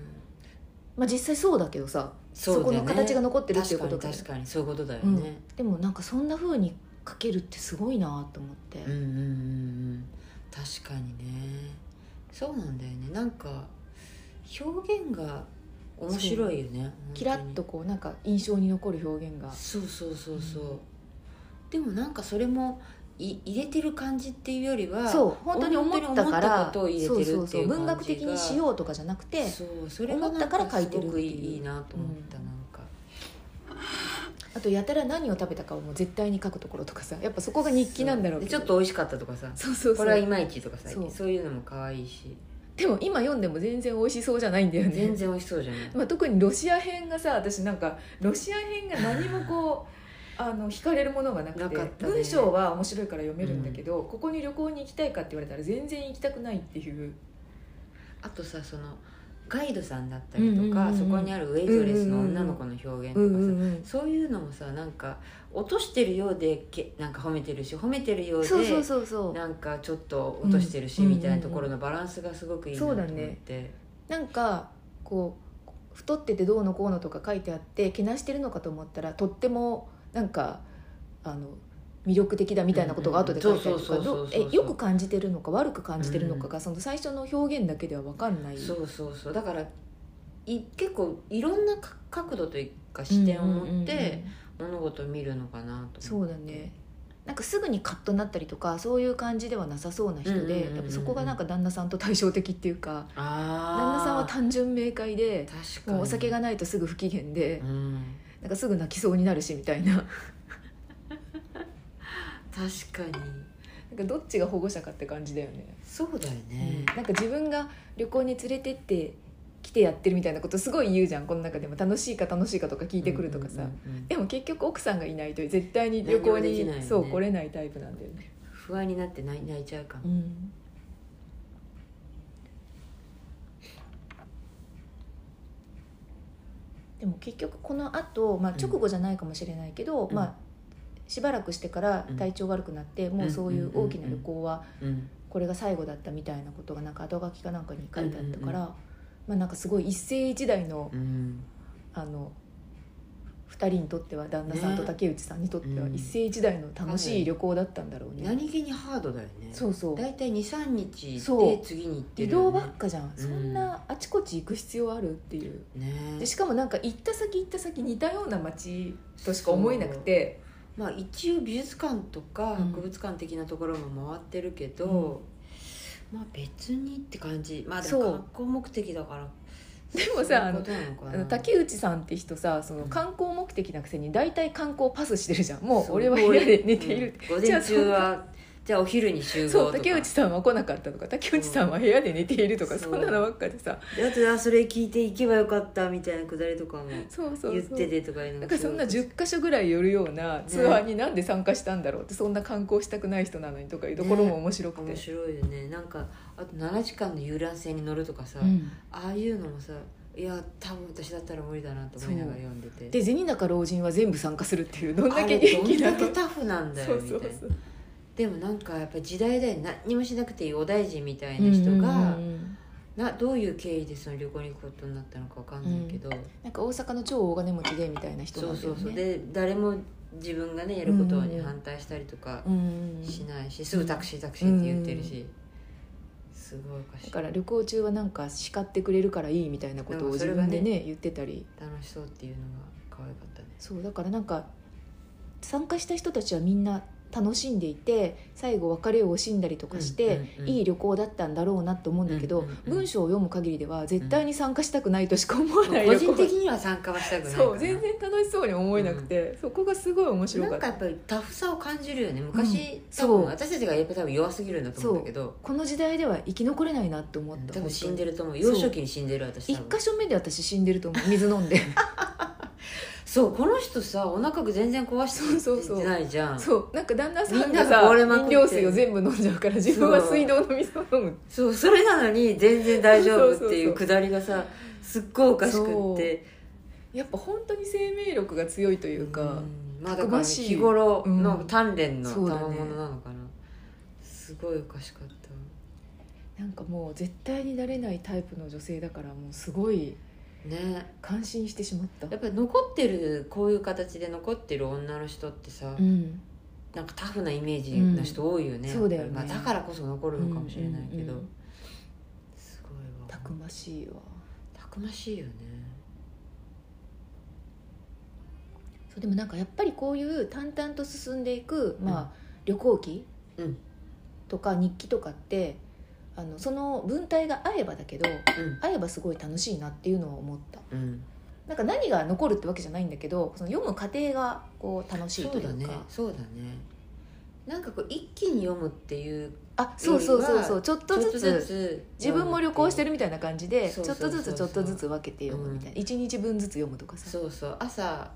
[SPEAKER 2] まあ実際そうだけどさ
[SPEAKER 1] そ
[SPEAKER 2] そう
[SPEAKER 1] だ
[SPEAKER 2] こ
[SPEAKER 1] よね
[SPEAKER 2] の形が残ってるっていうこと
[SPEAKER 1] 確か
[SPEAKER 2] だ
[SPEAKER 1] に
[SPEAKER 2] よ
[SPEAKER 1] 確かにそういうことだよね、
[SPEAKER 2] でもなんかそんな風に書けるってすごいなと思って
[SPEAKER 1] うん、うんうんうん確かにねそうなんだよねなんか表現が面白いよね
[SPEAKER 2] キラッとこうなんか印象に残る表現が
[SPEAKER 1] そうそうそうそう、でもなんかそれもい入れてる感じっていうよりは
[SPEAKER 2] そう本当に思ったから
[SPEAKER 1] 本当に思ったことを入れてるっていう感じが
[SPEAKER 2] 文学的にしようとかじゃなくて
[SPEAKER 1] そうそれがなん
[SPEAKER 2] 思ったから書いてる
[SPEAKER 1] すご
[SPEAKER 2] って
[SPEAKER 1] く
[SPEAKER 2] いう
[SPEAKER 1] いいなと思った、
[SPEAKER 2] うん
[SPEAKER 1] なんか
[SPEAKER 2] あとやたら何を食べたかをもう絶対に書くところとかさやっぱそこが日記なんだろう
[SPEAKER 1] で
[SPEAKER 2] け
[SPEAKER 1] ちょ
[SPEAKER 2] ど
[SPEAKER 1] っと美味しかったとかさ
[SPEAKER 2] そうそうそ
[SPEAKER 1] これはいうまいちとかさ
[SPEAKER 2] そう
[SPEAKER 1] そういうのも可愛いし
[SPEAKER 2] でも今読んでも全然美味しそうじゃないんだよね
[SPEAKER 1] 全然美味しそうじゃない
[SPEAKER 2] まあ、特にロシア編がさ私なんかロシア編が何も こうあの惹かれるものがなくて
[SPEAKER 1] なかったね
[SPEAKER 2] 文章は面白いから読めるんだけど、ここに旅行に行きたいかって言われたら全然行きたくないっていう
[SPEAKER 1] あとさそのガイドさんだったりと
[SPEAKER 2] うんうんうんう
[SPEAKER 1] か
[SPEAKER 2] ん
[SPEAKER 1] そこにあるウェイトレスの女の子の表現とかさ、そういうのもさなんか落としてるようでけなんか褒めてるし褒めてるようで
[SPEAKER 2] そうそうそうそう
[SPEAKER 1] なんかちょっと落としてるし、
[SPEAKER 2] うん
[SPEAKER 1] みたいなところのバランスがすごくいいなと思って、
[SPEAKER 2] そうだねなんかこう太っててどうのこうのとか書いてあってけなしてるのかと思ったらとってもなんかあの魅力的だみたいなことが後で書いてあると
[SPEAKER 1] う
[SPEAKER 2] か
[SPEAKER 1] んうんそうそうそ
[SPEAKER 2] ど
[SPEAKER 1] うそうそう
[SPEAKER 2] えよく感じてるのか悪く感じてるのかが、その最初の表現だけでは分かんない
[SPEAKER 1] そうそうそうだからい結構いろんなか角度というか視点を持っ
[SPEAKER 2] うんうんうんう
[SPEAKER 1] て
[SPEAKER 2] ん
[SPEAKER 1] 物事を見るのかなと
[SPEAKER 2] そうだねなんかすぐにカッとなったりとかそういう感じではなさそうな人
[SPEAKER 1] うんうんうん
[SPEAKER 2] で
[SPEAKER 1] うんうん
[SPEAKER 2] やっぱそこがなんか旦那さんと対照的っていうか旦那さん
[SPEAKER 1] あ
[SPEAKER 2] は
[SPEAKER 1] あ
[SPEAKER 2] 単純明快で
[SPEAKER 1] 確かに
[SPEAKER 2] もうお酒がないとすぐ不機嫌で
[SPEAKER 1] うん
[SPEAKER 2] なんかすぐ泣きそうになるしみたいななん
[SPEAKER 1] 確かに
[SPEAKER 2] かどっちが保護者かって感じだよね、
[SPEAKER 1] そうだよね、
[SPEAKER 2] なんか自分が旅行に連れてって来てやってるみたいなことすごい言うじゃんこの中でも楽しいか楽しいかとか聞いてくるとか
[SPEAKER 1] うん
[SPEAKER 2] さ、
[SPEAKER 1] うんうんうん
[SPEAKER 2] でも結局奥さんがいないと絶対に旅行
[SPEAKER 1] 何もでき
[SPEAKER 2] に、
[SPEAKER 1] ないよね
[SPEAKER 2] そう来れないタイプなんだよね、
[SPEAKER 1] 不安になって泣い泣いちゃうかも、
[SPEAKER 2] うんでも結局この後、まあ
[SPEAKER 1] うん
[SPEAKER 2] 直後じゃないかもしれないけど、
[SPEAKER 1] うん
[SPEAKER 2] まあしばらくしてから
[SPEAKER 1] うん
[SPEAKER 2] 体調悪くなって、もうそういう大きな旅行は
[SPEAKER 1] うん
[SPEAKER 2] これが最後だったみたいなことがなんか後書きかなんかに書いてあったから、まあなんかすごい一世一代の
[SPEAKER 1] うん
[SPEAKER 2] あの2人にとっては旦那さんと
[SPEAKER 1] ね
[SPEAKER 2] 竹内さんにとっては
[SPEAKER 1] うん
[SPEAKER 2] 一世一代の楽しい旅行だったんだろうね。
[SPEAKER 1] 何気にハードだよね
[SPEAKER 2] そうそう
[SPEAKER 1] 大体23日
[SPEAKER 2] そ
[SPEAKER 1] で
[SPEAKER 2] う
[SPEAKER 1] 次に行って
[SPEAKER 2] 移
[SPEAKER 1] るよ
[SPEAKER 2] 動
[SPEAKER 1] ね
[SPEAKER 2] ばっかじゃん、そんなあちこち行く必要あるっていう
[SPEAKER 1] ね
[SPEAKER 2] でしかもなんか行った先行った先似たような街としか思えなくて
[SPEAKER 1] まあ一応美術館とか
[SPEAKER 2] うん
[SPEAKER 1] 博物館的なところも回ってるけど、まあ別にって感じまあでも
[SPEAKER 2] そう
[SPEAKER 1] 観光目的だから
[SPEAKER 2] で
[SPEAKER 1] そ
[SPEAKER 2] もさ
[SPEAKER 1] ういうことなのか
[SPEAKER 2] あ
[SPEAKER 1] な
[SPEAKER 2] の竹内さんって人さその
[SPEAKER 1] うん
[SPEAKER 2] 観光目的なくせに大体観光パスしてるじゃんもう
[SPEAKER 1] そう
[SPEAKER 2] 俺は部屋で寝ている、
[SPEAKER 1] うん午前中はじゃあお昼に集合と
[SPEAKER 2] そう
[SPEAKER 1] か
[SPEAKER 2] 竹内さんは来なかったとか竹内さんは部屋で寝ているとか
[SPEAKER 1] そ
[SPEAKER 2] そ
[SPEAKER 1] うん
[SPEAKER 2] なのばっかでさ
[SPEAKER 1] であとあそれ聞いて行けばよかったみたいなくだりとかも
[SPEAKER 2] そうそうそう
[SPEAKER 1] 言っててとかいうのも
[SPEAKER 2] なんかそんな
[SPEAKER 1] すごい
[SPEAKER 2] 10か所ぐらい寄るようなツアーになんで参加したんだろうってそんな観光したくない人なのにとかいうところも面白くて、
[SPEAKER 1] 面白いよねなんかあと7時間の遊覧船に乗るとかさ、
[SPEAKER 2] うん
[SPEAKER 1] ああいうのもさいや多分私だったら無理だなと思いながら読んでて
[SPEAKER 2] で銭中老人は全部参加するっていうどんだ
[SPEAKER 1] あ
[SPEAKER 2] け
[SPEAKER 1] れ
[SPEAKER 2] 元
[SPEAKER 1] ど
[SPEAKER 2] 気
[SPEAKER 1] ん
[SPEAKER 2] な
[SPEAKER 1] だ
[SPEAKER 2] の
[SPEAKER 1] けタフなんだ
[SPEAKER 2] そ
[SPEAKER 1] よ
[SPEAKER 2] う
[SPEAKER 1] みたいな
[SPEAKER 2] そうそう
[SPEAKER 1] でもなんかやっぱ時代だよ何にもしなくていいお大臣みたいな人が、
[SPEAKER 2] うんうんうん
[SPEAKER 1] などういう経緯でその旅行に行くことになったのかわかんないけど、
[SPEAKER 2] なんか大阪の超大金持ちでみたいな人
[SPEAKER 1] そ
[SPEAKER 2] な
[SPEAKER 1] うん
[SPEAKER 2] だ
[SPEAKER 1] そ
[SPEAKER 2] よ
[SPEAKER 1] うそう、
[SPEAKER 2] ね
[SPEAKER 1] で誰も自分がねやること
[SPEAKER 2] うんうんう
[SPEAKER 1] に
[SPEAKER 2] ん
[SPEAKER 1] 反対したりとか
[SPEAKER 2] うんうんうん
[SPEAKER 1] しないし、すぐタクシータクシーって言ってるし、すごいおかし
[SPEAKER 2] だ
[SPEAKER 1] い
[SPEAKER 2] から旅行中はなんか叱ってくれるからいいみたいなことを自分で
[SPEAKER 1] なんかそれ
[SPEAKER 2] ね言ってたり
[SPEAKER 1] 楽しそうっていうのが可愛かったね
[SPEAKER 2] そうだからなんか参加した人たちはみんな楽しんでいて最後別れを惜しんだりとかして、
[SPEAKER 1] うんうんうん
[SPEAKER 2] いい旅行だったんだろうなと思うんだけど、
[SPEAKER 1] うんうんうん
[SPEAKER 2] 文章を読む限りでは絶対に参加したくないとしか思わない
[SPEAKER 1] 個
[SPEAKER 2] 旅行
[SPEAKER 1] 人的には参加はしたくないかな
[SPEAKER 2] そう全然楽しそうに思えなくて、そこがすごい面
[SPEAKER 1] な
[SPEAKER 2] 白か
[SPEAKER 1] ん
[SPEAKER 2] っ
[SPEAKER 1] か
[SPEAKER 2] た
[SPEAKER 1] やっぱりタフさを感じるよね昔、
[SPEAKER 2] うん
[SPEAKER 1] 多分
[SPEAKER 2] そう
[SPEAKER 1] 私たちがやっぱ多分弱すぎるんだと思うんだけど
[SPEAKER 2] この時代では生き残れないなって思った
[SPEAKER 1] 多分死んで
[SPEAKER 2] る
[SPEAKER 1] ると思う幼少期に死んでる私多
[SPEAKER 2] 一
[SPEAKER 1] 分
[SPEAKER 2] 箇所目で私死んでると思う水飲 んで
[SPEAKER 1] そうこの人さお腹全然壊
[SPEAKER 2] そうそう
[SPEAKER 1] し
[SPEAKER 2] そう
[SPEAKER 1] てないじゃんそう
[SPEAKER 2] そうなんか旦那さん
[SPEAKER 1] みんな
[SPEAKER 2] が
[SPEAKER 1] が
[SPEAKER 2] さ
[SPEAKER 1] 壊れまくっ
[SPEAKER 2] 飲
[SPEAKER 1] て
[SPEAKER 2] 料水を全部飲んじゃうから自分は水道の水を飲む
[SPEAKER 1] それなのに全然大丈夫ってい
[SPEAKER 2] そうそうそう
[SPEAKER 1] うくだりがさすっごいおかしくって
[SPEAKER 2] やっぱ本当に生命力が強いというか、
[SPEAKER 1] うんまあだ
[SPEAKER 2] たく
[SPEAKER 1] から
[SPEAKER 2] ましい
[SPEAKER 1] 日頃
[SPEAKER 2] う
[SPEAKER 1] の
[SPEAKER 2] ん
[SPEAKER 1] 鍛錬の
[SPEAKER 2] そうだね
[SPEAKER 1] 賜物なのかな、すごいおかしかった
[SPEAKER 2] なんかもう絶対になれないタイプの女性だからもうすごい
[SPEAKER 1] ね
[SPEAKER 2] 感心してしまった
[SPEAKER 1] やっぱり残ってるこういう形で残ってる女の人ってさ、
[SPEAKER 2] うん
[SPEAKER 1] なんかタフなイメージの人多いよね、
[SPEAKER 2] うんそうだよね
[SPEAKER 1] やっぱりまあ、だからこそ残るのかもしれないけど、
[SPEAKER 2] うんうんうん
[SPEAKER 1] すごいわ
[SPEAKER 2] たくましいわ
[SPEAKER 1] たくましいよね
[SPEAKER 2] そうでもなんかやっぱりこういう淡々と進んでいく、まあ、旅行記
[SPEAKER 1] うん
[SPEAKER 2] とか日記とかってあのその文体が合えばだけど合えばすごい楽しいなっていうのは思った
[SPEAKER 1] うんうん
[SPEAKER 2] なんか何が残るってわけじゃないんだけどその読む過程がこう楽しい
[SPEAKER 1] そ
[SPEAKER 2] といううか
[SPEAKER 1] だねそうだねなんかこう一気に読むっていう
[SPEAKER 2] あそうそうそうそうちょっ
[SPEAKER 1] ちょ
[SPEAKER 2] と
[SPEAKER 1] っ
[SPEAKER 2] ず
[SPEAKER 1] と
[SPEAKER 2] つ
[SPEAKER 1] ずつ
[SPEAKER 2] 自分も旅行して
[SPEAKER 1] る
[SPEAKER 2] るみたいな感じでち
[SPEAKER 1] そ
[SPEAKER 2] ょ
[SPEAKER 1] うそう
[SPEAKER 2] っ
[SPEAKER 1] そ
[SPEAKER 2] と
[SPEAKER 1] うそう
[SPEAKER 2] ずつちょっとずつ分けて読むみたいな、一1日分ずつ読むとかさ、
[SPEAKER 1] そうそう朝、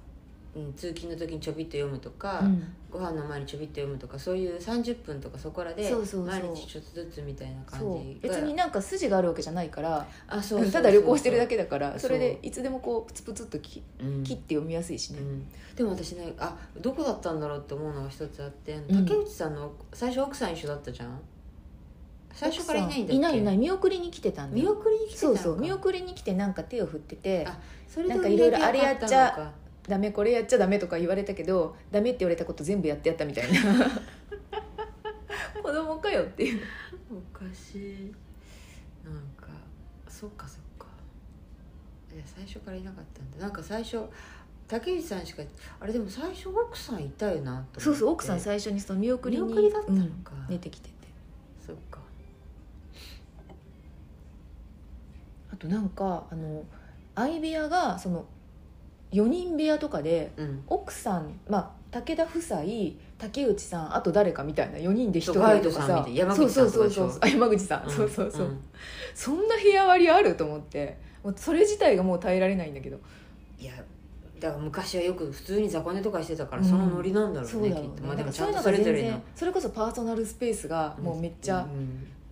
[SPEAKER 1] うん、通勤の時にちょびっと読むとか、
[SPEAKER 2] うん
[SPEAKER 1] ご飯の前にちょびっと読むとかそういう30分とかそこらで
[SPEAKER 2] そうそうそう
[SPEAKER 1] 毎日ちょっとずつみたいな感
[SPEAKER 2] そう
[SPEAKER 1] じが
[SPEAKER 2] 別になんか筋があるわけじゃないから
[SPEAKER 1] あそうそうそう
[SPEAKER 2] ただ旅行してるだけだから
[SPEAKER 1] そう
[SPEAKER 2] それでいつでもこうプツプツっとき
[SPEAKER 1] うん
[SPEAKER 2] 切って読みやすいし
[SPEAKER 1] う
[SPEAKER 2] ね、
[SPEAKER 1] ん、でも私ねあどこだったんだろうって思うのが一つあって
[SPEAKER 2] ん
[SPEAKER 1] 竹内さんの最初奥さん一緒だったじゃん最初からいないんだっけ
[SPEAKER 2] いないいないい見送りに来てたんだ
[SPEAKER 1] 見
[SPEAKER 2] よ
[SPEAKER 1] 送りに来てた
[SPEAKER 2] そ
[SPEAKER 1] の
[SPEAKER 2] う
[SPEAKER 1] か
[SPEAKER 2] そう見送りに来てなんか手を振ってて
[SPEAKER 1] あそれで
[SPEAKER 2] なんかいろいろ
[SPEAKER 1] 見送りが良かたのか
[SPEAKER 2] 「ダメこれやっちゃダメ」とか言われたけど「ダメ」って言われたこと全部やってやったみた いな子供かよっていう
[SPEAKER 1] おかしいなんかそっかそっかいや最初からいなかったんだなんか最初竹内さんしかあれでも最初奥さんいたよなと思って
[SPEAKER 2] そうそう奥さん最初にその見送りに
[SPEAKER 1] 見送りだったのか
[SPEAKER 2] うん出てきてて
[SPEAKER 1] そっか
[SPEAKER 2] あとなんかあの相部屋がその4人部屋とかで
[SPEAKER 1] うん
[SPEAKER 2] 奥さんまあ武田夫妻竹内さんあと誰かみたいな4人で一部
[SPEAKER 1] ガ
[SPEAKER 2] 屋
[SPEAKER 1] イド
[SPEAKER 2] とか
[SPEAKER 1] さん
[SPEAKER 2] さ
[SPEAKER 1] みたいな山口さんとかで
[SPEAKER 2] そうそう
[SPEAKER 1] し
[SPEAKER 2] そ
[SPEAKER 1] ょ
[SPEAKER 2] うそうあ山口さん、
[SPEAKER 1] ん
[SPEAKER 2] そうそうそう、
[SPEAKER 1] ん
[SPEAKER 2] そんな部屋割りあると思ってもうそれ自体がもう耐えられないんだけど
[SPEAKER 1] いやだから昔はよく普通に雑魚寝とかしてたから、
[SPEAKER 2] うん
[SPEAKER 1] そのノリなんだろうねきっとまあ
[SPEAKER 2] なん
[SPEAKER 1] で
[SPEAKER 2] か
[SPEAKER 1] もち
[SPEAKER 2] そう
[SPEAKER 1] ゃ
[SPEAKER 2] い
[SPEAKER 1] んと
[SPEAKER 2] う
[SPEAKER 1] そ
[SPEAKER 2] のが
[SPEAKER 1] れ
[SPEAKER 2] 全
[SPEAKER 1] ぞれの
[SPEAKER 2] 然それこそパーソナルスペースがもうめっちゃ
[SPEAKER 1] ん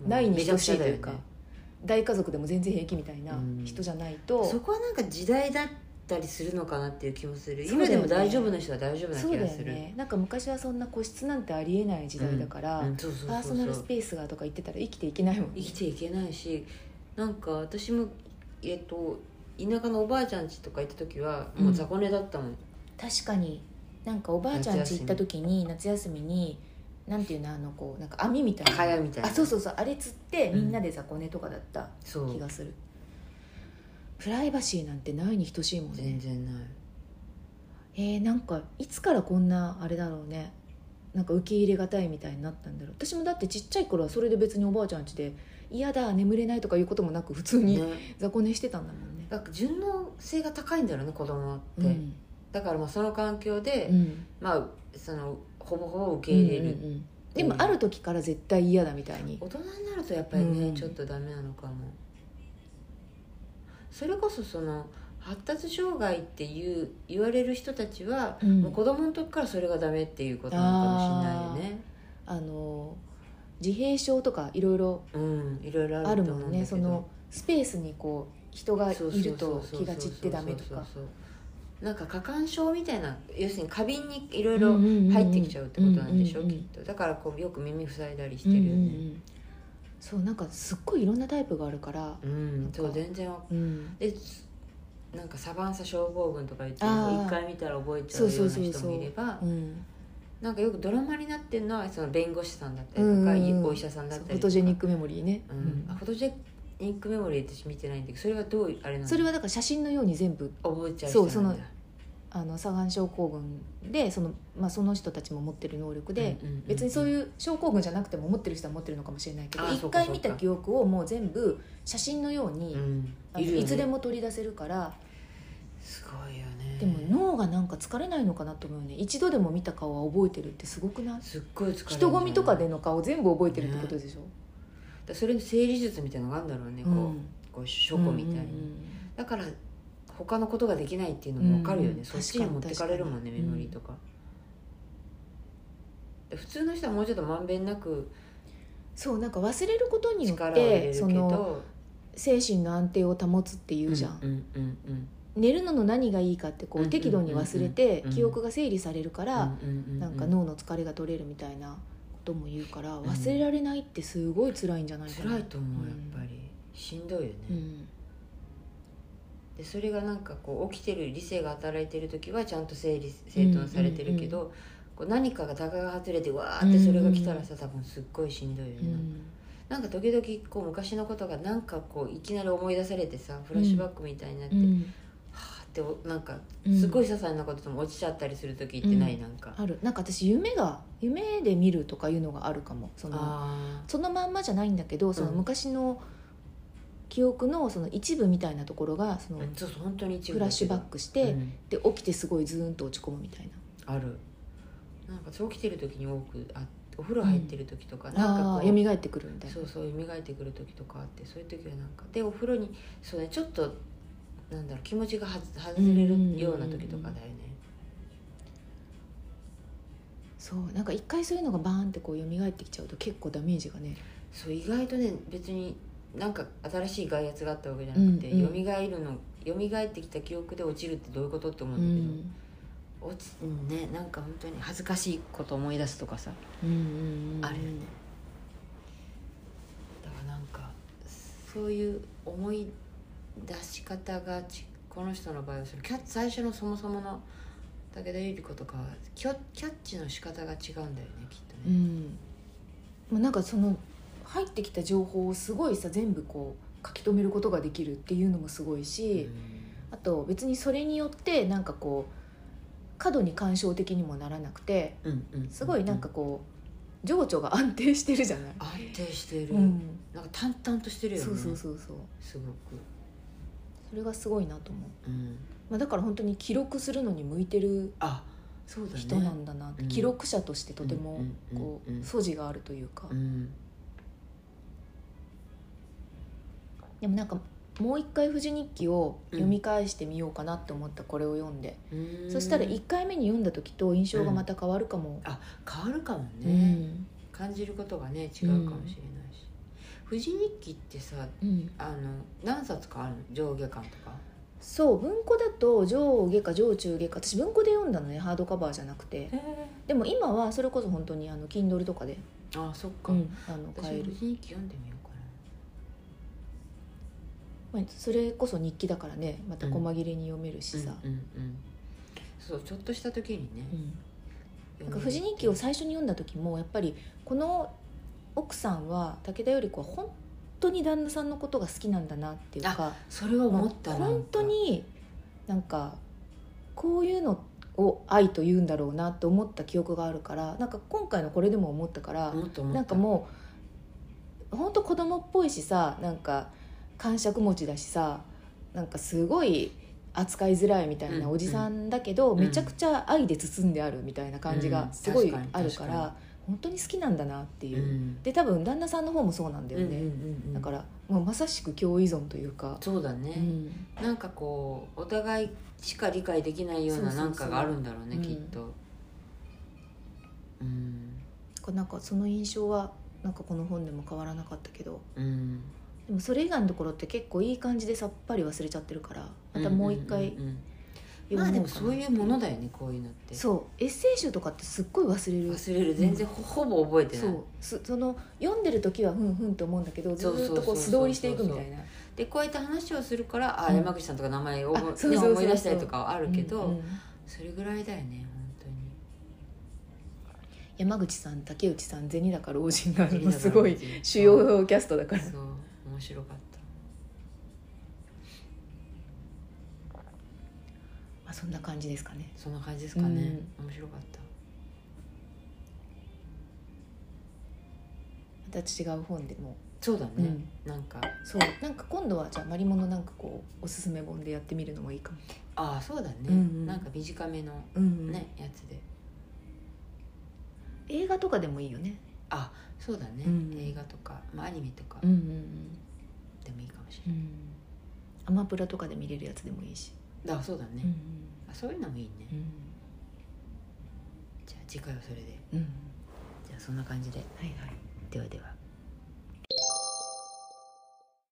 [SPEAKER 1] ん
[SPEAKER 2] ないに等しいとい
[SPEAKER 1] め
[SPEAKER 2] う
[SPEAKER 1] ちゃ
[SPEAKER 2] か
[SPEAKER 1] くちゃだよね
[SPEAKER 2] 大家族でも全然平気みたい
[SPEAKER 1] う
[SPEAKER 2] な
[SPEAKER 1] ん
[SPEAKER 2] 人じゃないと、
[SPEAKER 1] そこはなんか時代だったりするのかなっていう気もする、
[SPEAKER 2] そう
[SPEAKER 1] 今
[SPEAKER 2] だよね
[SPEAKER 1] でも大丈夫な人は大丈夫な
[SPEAKER 2] そう
[SPEAKER 1] 気
[SPEAKER 2] だ
[SPEAKER 1] が
[SPEAKER 2] よ
[SPEAKER 1] する
[SPEAKER 2] ねなんか昔はそんな個室なんてありえない時代だから、
[SPEAKER 1] うんそうそうそうそう
[SPEAKER 2] パーソナルスペースがとか言ってたら生きていけないもん
[SPEAKER 1] 生
[SPEAKER 2] ね
[SPEAKER 1] きていけないしなんか私もえっと田舎のおばあちゃん家とか行った時はもう雑魚寝だったもん、
[SPEAKER 2] 確かになんかおばあちゃん
[SPEAKER 1] 夏
[SPEAKER 2] 家
[SPEAKER 1] 休み
[SPEAKER 2] 行った時に夏休みになんていうのあのこうなんか網みたいな
[SPEAKER 1] 蚊帳みたいな
[SPEAKER 2] あそうそうそうあれ釣って
[SPEAKER 1] うん
[SPEAKER 2] みんなで雑魚寝とかだった
[SPEAKER 1] そ
[SPEAKER 2] 気
[SPEAKER 1] う
[SPEAKER 2] がする、プライバシーなんてないに等しいもん
[SPEAKER 1] 全
[SPEAKER 2] ね
[SPEAKER 1] 然ない
[SPEAKER 2] えー、なんかいつからこんなあれだろうねなんか受け入れがたいみたいになったんだろう私もだってちっちゃい頃はそれで別におばあちゃん家で嫌だ眠れないとかいうこともなく普通に
[SPEAKER 1] ね
[SPEAKER 2] 雑魚寝してたんだもんね
[SPEAKER 1] なんか順応性が高いんだろうね子供って、
[SPEAKER 2] うん
[SPEAKER 1] だからまあその環境で、
[SPEAKER 2] うん
[SPEAKER 1] まあそのほぼほぼ受け入れる、
[SPEAKER 2] うんうんうんでもある時から絶対嫌だみたいに
[SPEAKER 1] 大人になるとやっぱりね、
[SPEAKER 2] うん
[SPEAKER 1] ちょっとダメなのかもそれこそその発達障害っていう言われる人たちは、
[SPEAKER 2] うん
[SPEAKER 1] もう子供の時からそれがダメっていうことなのかもしれないよね
[SPEAKER 2] あの自閉症とかいろいろ
[SPEAKER 1] うんいろいろ
[SPEAKER 2] あ
[SPEAKER 1] あ
[SPEAKER 2] る
[SPEAKER 1] ると思
[SPEAKER 2] も
[SPEAKER 1] うんんだけ
[SPEAKER 2] ね
[SPEAKER 1] ど
[SPEAKER 2] そのスペースにこう人がい
[SPEAKER 1] そうそうそう
[SPEAKER 2] ると
[SPEAKER 1] そう
[SPEAKER 2] 気が散ってダメと
[SPEAKER 1] そう
[SPEAKER 2] か
[SPEAKER 1] そうそうなんか過干渉みたいな要するに過敏にいろいろ入
[SPEAKER 2] 入
[SPEAKER 1] ってきちゃうってことなんでしょ
[SPEAKER 2] う
[SPEAKER 1] うん
[SPEAKER 2] うん
[SPEAKER 1] きっとだからこうよく耳塞いだりしてるよ
[SPEAKER 2] うんうんう
[SPEAKER 1] ね
[SPEAKER 2] んそうなんかすっごいいろんなタイプがあるから
[SPEAKER 1] うん、そう全然わ
[SPEAKER 2] うん
[SPEAKER 1] でなんかサバンサ症候群とか言って
[SPEAKER 2] あー
[SPEAKER 1] 一回見たら覚えちゃうような
[SPEAKER 2] そうそうそう
[SPEAKER 1] 人
[SPEAKER 2] そう
[SPEAKER 1] もいれば
[SPEAKER 2] うん
[SPEAKER 1] なんかよくドラマになってるのはその弁護士さんだったりとか、
[SPEAKER 2] うんうん
[SPEAKER 1] お医者さんだ
[SPEAKER 2] そ
[SPEAKER 1] っ
[SPEAKER 2] う
[SPEAKER 1] たりと
[SPEAKER 2] フォ
[SPEAKER 1] か
[SPEAKER 2] トジェニックメモリーね
[SPEAKER 1] う
[SPEAKER 2] うん
[SPEAKER 1] ん、あフォトジェニックメモリー私見てないんだけどそれはどういうあれなの
[SPEAKER 2] それはだから写真のように全部
[SPEAKER 1] 覚えちゃう
[SPEAKER 2] そ
[SPEAKER 1] 人
[SPEAKER 2] うそ
[SPEAKER 1] な
[SPEAKER 2] の
[SPEAKER 1] んだ
[SPEAKER 2] あの左眼症候群でその,、まあ、その人たちも持ってる能力で、
[SPEAKER 1] うんうんうん
[SPEAKER 2] 別にそういう症候群じゃなくても持ってる人は持ってるのかもしれないけど
[SPEAKER 1] あそ
[SPEAKER 2] 一
[SPEAKER 1] うか
[SPEAKER 2] 回
[SPEAKER 1] そうか
[SPEAKER 2] 見た記憶をもう全部写真のように、
[SPEAKER 1] うん
[SPEAKER 2] あ
[SPEAKER 1] い
[SPEAKER 2] のい
[SPEAKER 1] るよね
[SPEAKER 2] つでも取り出せるから
[SPEAKER 1] すごいよね
[SPEAKER 2] でも脳がなんか疲れないのかなと思うよね一度でも見た顔は覚えてるってすごくない
[SPEAKER 1] すっごい疲れるんじゃない
[SPEAKER 2] 人混みとかでの顔全部覚えてるってことでしょ、
[SPEAKER 1] だからそれの整理術みたいなのがあるんだろうね、
[SPEAKER 2] う
[SPEAKER 1] こ
[SPEAKER 2] ん
[SPEAKER 1] うこう書庫みたいに、
[SPEAKER 2] うんうん
[SPEAKER 1] だから他のことができないっていうのも分かるよね、
[SPEAKER 2] うん
[SPEAKER 1] そっちに持ってかれるもんねメ
[SPEAKER 2] 確かに
[SPEAKER 1] モリーとか、で普通の人はもうちょっとまんべんなく
[SPEAKER 2] そうなんか忘れることによ
[SPEAKER 1] 力を
[SPEAKER 2] っ
[SPEAKER 1] 入れる
[SPEAKER 2] て
[SPEAKER 1] け
[SPEAKER 2] その
[SPEAKER 1] ど
[SPEAKER 2] 精神の安定を保つっていうじゃん、
[SPEAKER 1] うんうんうん
[SPEAKER 2] 寝るのの何がいいかってこ
[SPEAKER 1] うん
[SPEAKER 2] う適度に忘れて
[SPEAKER 1] うん
[SPEAKER 2] 記憶が整理されるか
[SPEAKER 1] う
[SPEAKER 2] ら
[SPEAKER 1] んうんうんうん
[SPEAKER 2] なんか脳の疲れが取れるみたいなことも言うから忘れられないってすごい辛いんじゃないかな
[SPEAKER 1] 辛いと思うやっぱり、しんどいよね、
[SPEAKER 2] うん
[SPEAKER 1] でそれがなんかこう起きてる理性が働いてる時はちゃんと整理整頓されてるけど、こう何かがタガが外れてわーってそれが来たらさ多分すっごいしんどいよね、
[SPEAKER 2] うん
[SPEAKER 1] なんか時々こう昔のことがなんかこういきなり思い出されてさフラッシュバックみたいになって、
[SPEAKER 2] うん
[SPEAKER 1] はあっておなんか
[SPEAKER 2] うん
[SPEAKER 1] すごい些細なことでも落ちちゃったりする時ってない、
[SPEAKER 2] うん
[SPEAKER 1] なんか
[SPEAKER 2] あるなんか私夢が夢で見るとかいうのがあるかもその
[SPEAKER 1] あ
[SPEAKER 2] そのまんまじゃないんだけどその
[SPEAKER 1] うん
[SPEAKER 2] 昔の記憶のその一部みたいなところがその
[SPEAKER 1] そうそう本当に一部
[SPEAKER 2] フラッシュバッ
[SPEAKER 1] っ
[SPEAKER 2] クして、で起きてすごいズーンと落ち込むみたいな
[SPEAKER 1] あるなんかそう起きてる時に多くあお風呂入ってる時とか、
[SPEAKER 2] あ
[SPEAKER 1] なん
[SPEAKER 2] あ
[SPEAKER 1] かこう
[SPEAKER 2] 蘇ってくるみたいな
[SPEAKER 1] そうそう蘇ってくる時とかあってそういう時はなんかでお風呂にそう、ね、ちょっとなんだろう気持ちがはず外れるような時とかだよね、
[SPEAKER 2] そうなんか一回そういうのがバーンってこう蘇ってきちゃうと結構ダメージがね
[SPEAKER 1] そう意外とね別になんか新しい外圧があったわけじゃなくて、
[SPEAKER 2] うんうん
[SPEAKER 1] 蘇るの蘇ってきた記憶で落ちるってどういうことって思
[SPEAKER 2] う
[SPEAKER 1] うんだけど、落ちうんねなんか本当に恥ずかしいこと思い出すとかさ、
[SPEAKER 2] うんうんうん
[SPEAKER 1] あるよねだからなんかそういう思い出し方がちこの人の場合はそのキャッ最初のそもそもの武田由里子とかはキャキャッチの仕方が違うんだよねきっと
[SPEAKER 2] う
[SPEAKER 1] ね、
[SPEAKER 2] んまあなんかその入ってきた情報をすごいさ全部こう書き留めることができるっていうのもすごいし、あと別にそれによってなんかこう過度に干渉的にもならなくて
[SPEAKER 1] うんうんうん
[SPEAKER 2] すごいなんかこう情緒が安定してるじゃない、
[SPEAKER 1] 安定してる、
[SPEAKER 2] うん、
[SPEAKER 1] なんか淡々としてるよね
[SPEAKER 2] そうそうそうそう
[SPEAKER 1] すごく
[SPEAKER 2] それがすごいなと思
[SPEAKER 1] う
[SPEAKER 2] う、
[SPEAKER 1] ん
[SPEAKER 2] まあ、だから本当に記録するのに向いてる
[SPEAKER 1] あそうだね
[SPEAKER 2] 人なんだなって、
[SPEAKER 1] うん
[SPEAKER 2] 記録者としてとて
[SPEAKER 1] う
[SPEAKER 2] も
[SPEAKER 1] んうんうん
[SPEAKER 2] こ
[SPEAKER 1] うん
[SPEAKER 2] う素地があるというか、
[SPEAKER 1] うん
[SPEAKER 2] でもなんかもう一回「富士日記」を読み返してみようかなって思ったこれを読んで、
[SPEAKER 1] うん
[SPEAKER 2] そしたら1回目に読んだ時と印象がまた変わるかも、
[SPEAKER 1] 変わるかもね、
[SPEAKER 2] うん
[SPEAKER 1] 感じることがね違うかもしれないし「富士日記」ってさ
[SPEAKER 2] うん
[SPEAKER 1] あの何冊かあるの上下巻とか
[SPEAKER 2] そう文庫だと上下か上中下か私文庫で読んだのねハードカバーじゃなくてでも今はそれこそ本当にあの Kindle とかで、
[SPEAKER 1] あそっか、
[SPEAKER 2] あの買
[SPEAKER 1] 私
[SPEAKER 2] える
[SPEAKER 1] 富、士日記読んでみようかな
[SPEAKER 2] まあ、それこそ日記だからねまた細切れに読めるしさ、
[SPEAKER 1] うんうんうんそうちょっとした時にね、
[SPEAKER 2] うん
[SPEAKER 1] 読
[SPEAKER 2] なん
[SPEAKER 1] で
[SPEAKER 2] か「富士日記」を最初に読んだ時もやっぱりこの奥さんは武田より子は本当に旦那さんのことが好きなんだなっていうか
[SPEAKER 1] それは思ったなんか
[SPEAKER 2] 本当になんかこういうのを愛と言うんだろうなって思った記憶があるからなんか今回のこれでも思ったから
[SPEAKER 1] 思った思った
[SPEAKER 2] なんかもう本当子供っぽいしさなんか感触持ちだしさなんかすごい扱いづらいみたい
[SPEAKER 1] うんう
[SPEAKER 2] なんおじさんだけど、
[SPEAKER 1] うん
[SPEAKER 2] めちゃくちゃ愛で包んであるみたいな感じ
[SPEAKER 1] うん
[SPEAKER 2] がすごい
[SPEAKER 1] 確かに
[SPEAKER 2] あるから、
[SPEAKER 1] 確か
[SPEAKER 2] 本当に好きなんだなって
[SPEAKER 1] う
[SPEAKER 2] いう、
[SPEAKER 1] ん
[SPEAKER 2] で多分旦那さんの方もそうなんだよね、
[SPEAKER 1] うんうんうん
[SPEAKER 2] だからもうまさしく共依存というか、
[SPEAKER 1] そうだね、
[SPEAKER 2] うん
[SPEAKER 1] なんかこうお互いしか理解できないよう
[SPEAKER 2] そう
[SPEAKER 1] な
[SPEAKER 2] そうそう
[SPEAKER 1] なんかがあるんだろうね
[SPEAKER 2] うん
[SPEAKER 1] きっとうん
[SPEAKER 2] なんかその印象はなんかこの本でも変わらなかったけど
[SPEAKER 1] うん
[SPEAKER 2] でもそれ以外のところって結構いい感じでさっぱり忘れちゃってるからまたもう一回
[SPEAKER 1] んんうんうん
[SPEAKER 2] 読
[SPEAKER 1] まあで
[SPEAKER 2] もうかな
[SPEAKER 1] もそういうものだよねこういうのって
[SPEAKER 2] そうエッセイ集とかってすっごい忘れる
[SPEAKER 1] 忘れる全然ほほぼ覚えてない
[SPEAKER 2] そうすその読んでる時はふんふんと思うんだけどず
[SPEAKER 1] そうそう
[SPEAKER 2] ーっとこう
[SPEAKER 1] そう
[SPEAKER 2] 素
[SPEAKER 1] そう
[SPEAKER 2] 通りしていくみたいな
[SPEAKER 1] でこうやって話をするからあ
[SPEAKER 2] うん
[SPEAKER 1] 山口さんとか名前を
[SPEAKER 2] あ
[SPEAKER 1] 覚
[SPEAKER 2] そう
[SPEAKER 1] え
[SPEAKER 2] そ
[SPEAKER 1] ね
[SPEAKER 2] うそうそう
[SPEAKER 1] 思い出したりとかはあるけど、
[SPEAKER 2] うんうん
[SPEAKER 1] それぐらいだよね
[SPEAKER 2] 山口さん竹内さん銭高老人が
[SPEAKER 1] 本当に
[SPEAKER 2] すごい主
[SPEAKER 1] そう
[SPEAKER 2] 要キャストだから
[SPEAKER 1] 面白かった
[SPEAKER 2] まあそんな感じですかね
[SPEAKER 1] そんな感じですかね、面白かった
[SPEAKER 2] また違う本でも
[SPEAKER 1] そうだね、
[SPEAKER 2] うん
[SPEAKER 1] なんか
[SPEAKER 2] そうなんか今度はじゃあマリモのなんかこうおすすめ本でやってみるのもいいかも
[SPEAKER 1] ああそうだね、
[SPEAKER 2] うんうん
[SPEAKER 1] なんか短めの
[SPEAKER 2] うん
[SPEAKER 1] ね、やつで
[SPEAKER 2] 映画とかでもいいよね
[SPEAKER 1] あそうだね、
[SPEAKER 2] うん
[SPEAKER 1] 映画とか、まあ、アニメとか
[SPEAKER 2] うんうん
[SPEAKER 1] でもいいかもし
[SPEAKER 2] う
[SPEAKER 1] れない、
[SPEAKER 2] んアマプラとかで見れるやつでもいいし
[SPEAKER 1] あそうだね、
[SPEAKER 2] うん
[SPEAKER 1] あそういうのもいいね、
[SPEAKER 2] うん
[SPEAKER 1] じゃあ次回はそれで
[SPEAKER 2] うん、
[SPEAKER 1] じゃあそんな感じで
[SPEAKER 2] はいはい。
[SPEAKER 1] ではでは